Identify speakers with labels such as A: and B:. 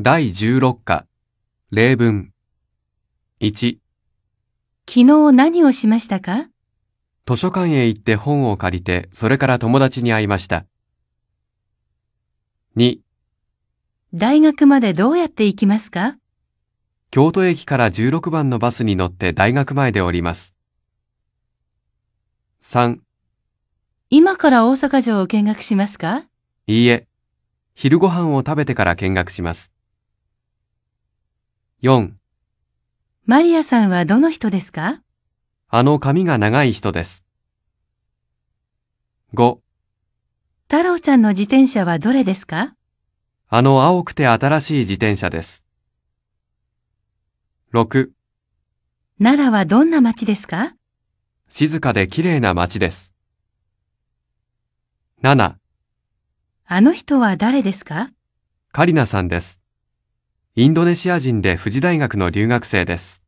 A: 第16課、例文。1、
B: 昨日何をしましたか
A: 図書館へ行って本を借りて、それから友達に会いました。2、
B: 大学までどうやって行きますか
A: 京都駅から16番のバスに乗って大学前で降ります。3、
B: 今から大阪城を見学しますか
A: いいえ、昼ご飯を食べてから見学します。4、
B: マリアさんはどの人ですか
A: あの髪が長い人です。5、
B: 太郎ちゃんの自転車はどれですか
A: あの青くて新しい自転車です。6、
B: 奈良はどんな街ですか
A: 静かで綺麗な街です。7、
B: あの人は誰ですか
A: カリナさんです。インドネシア人で富士大学の留学生です。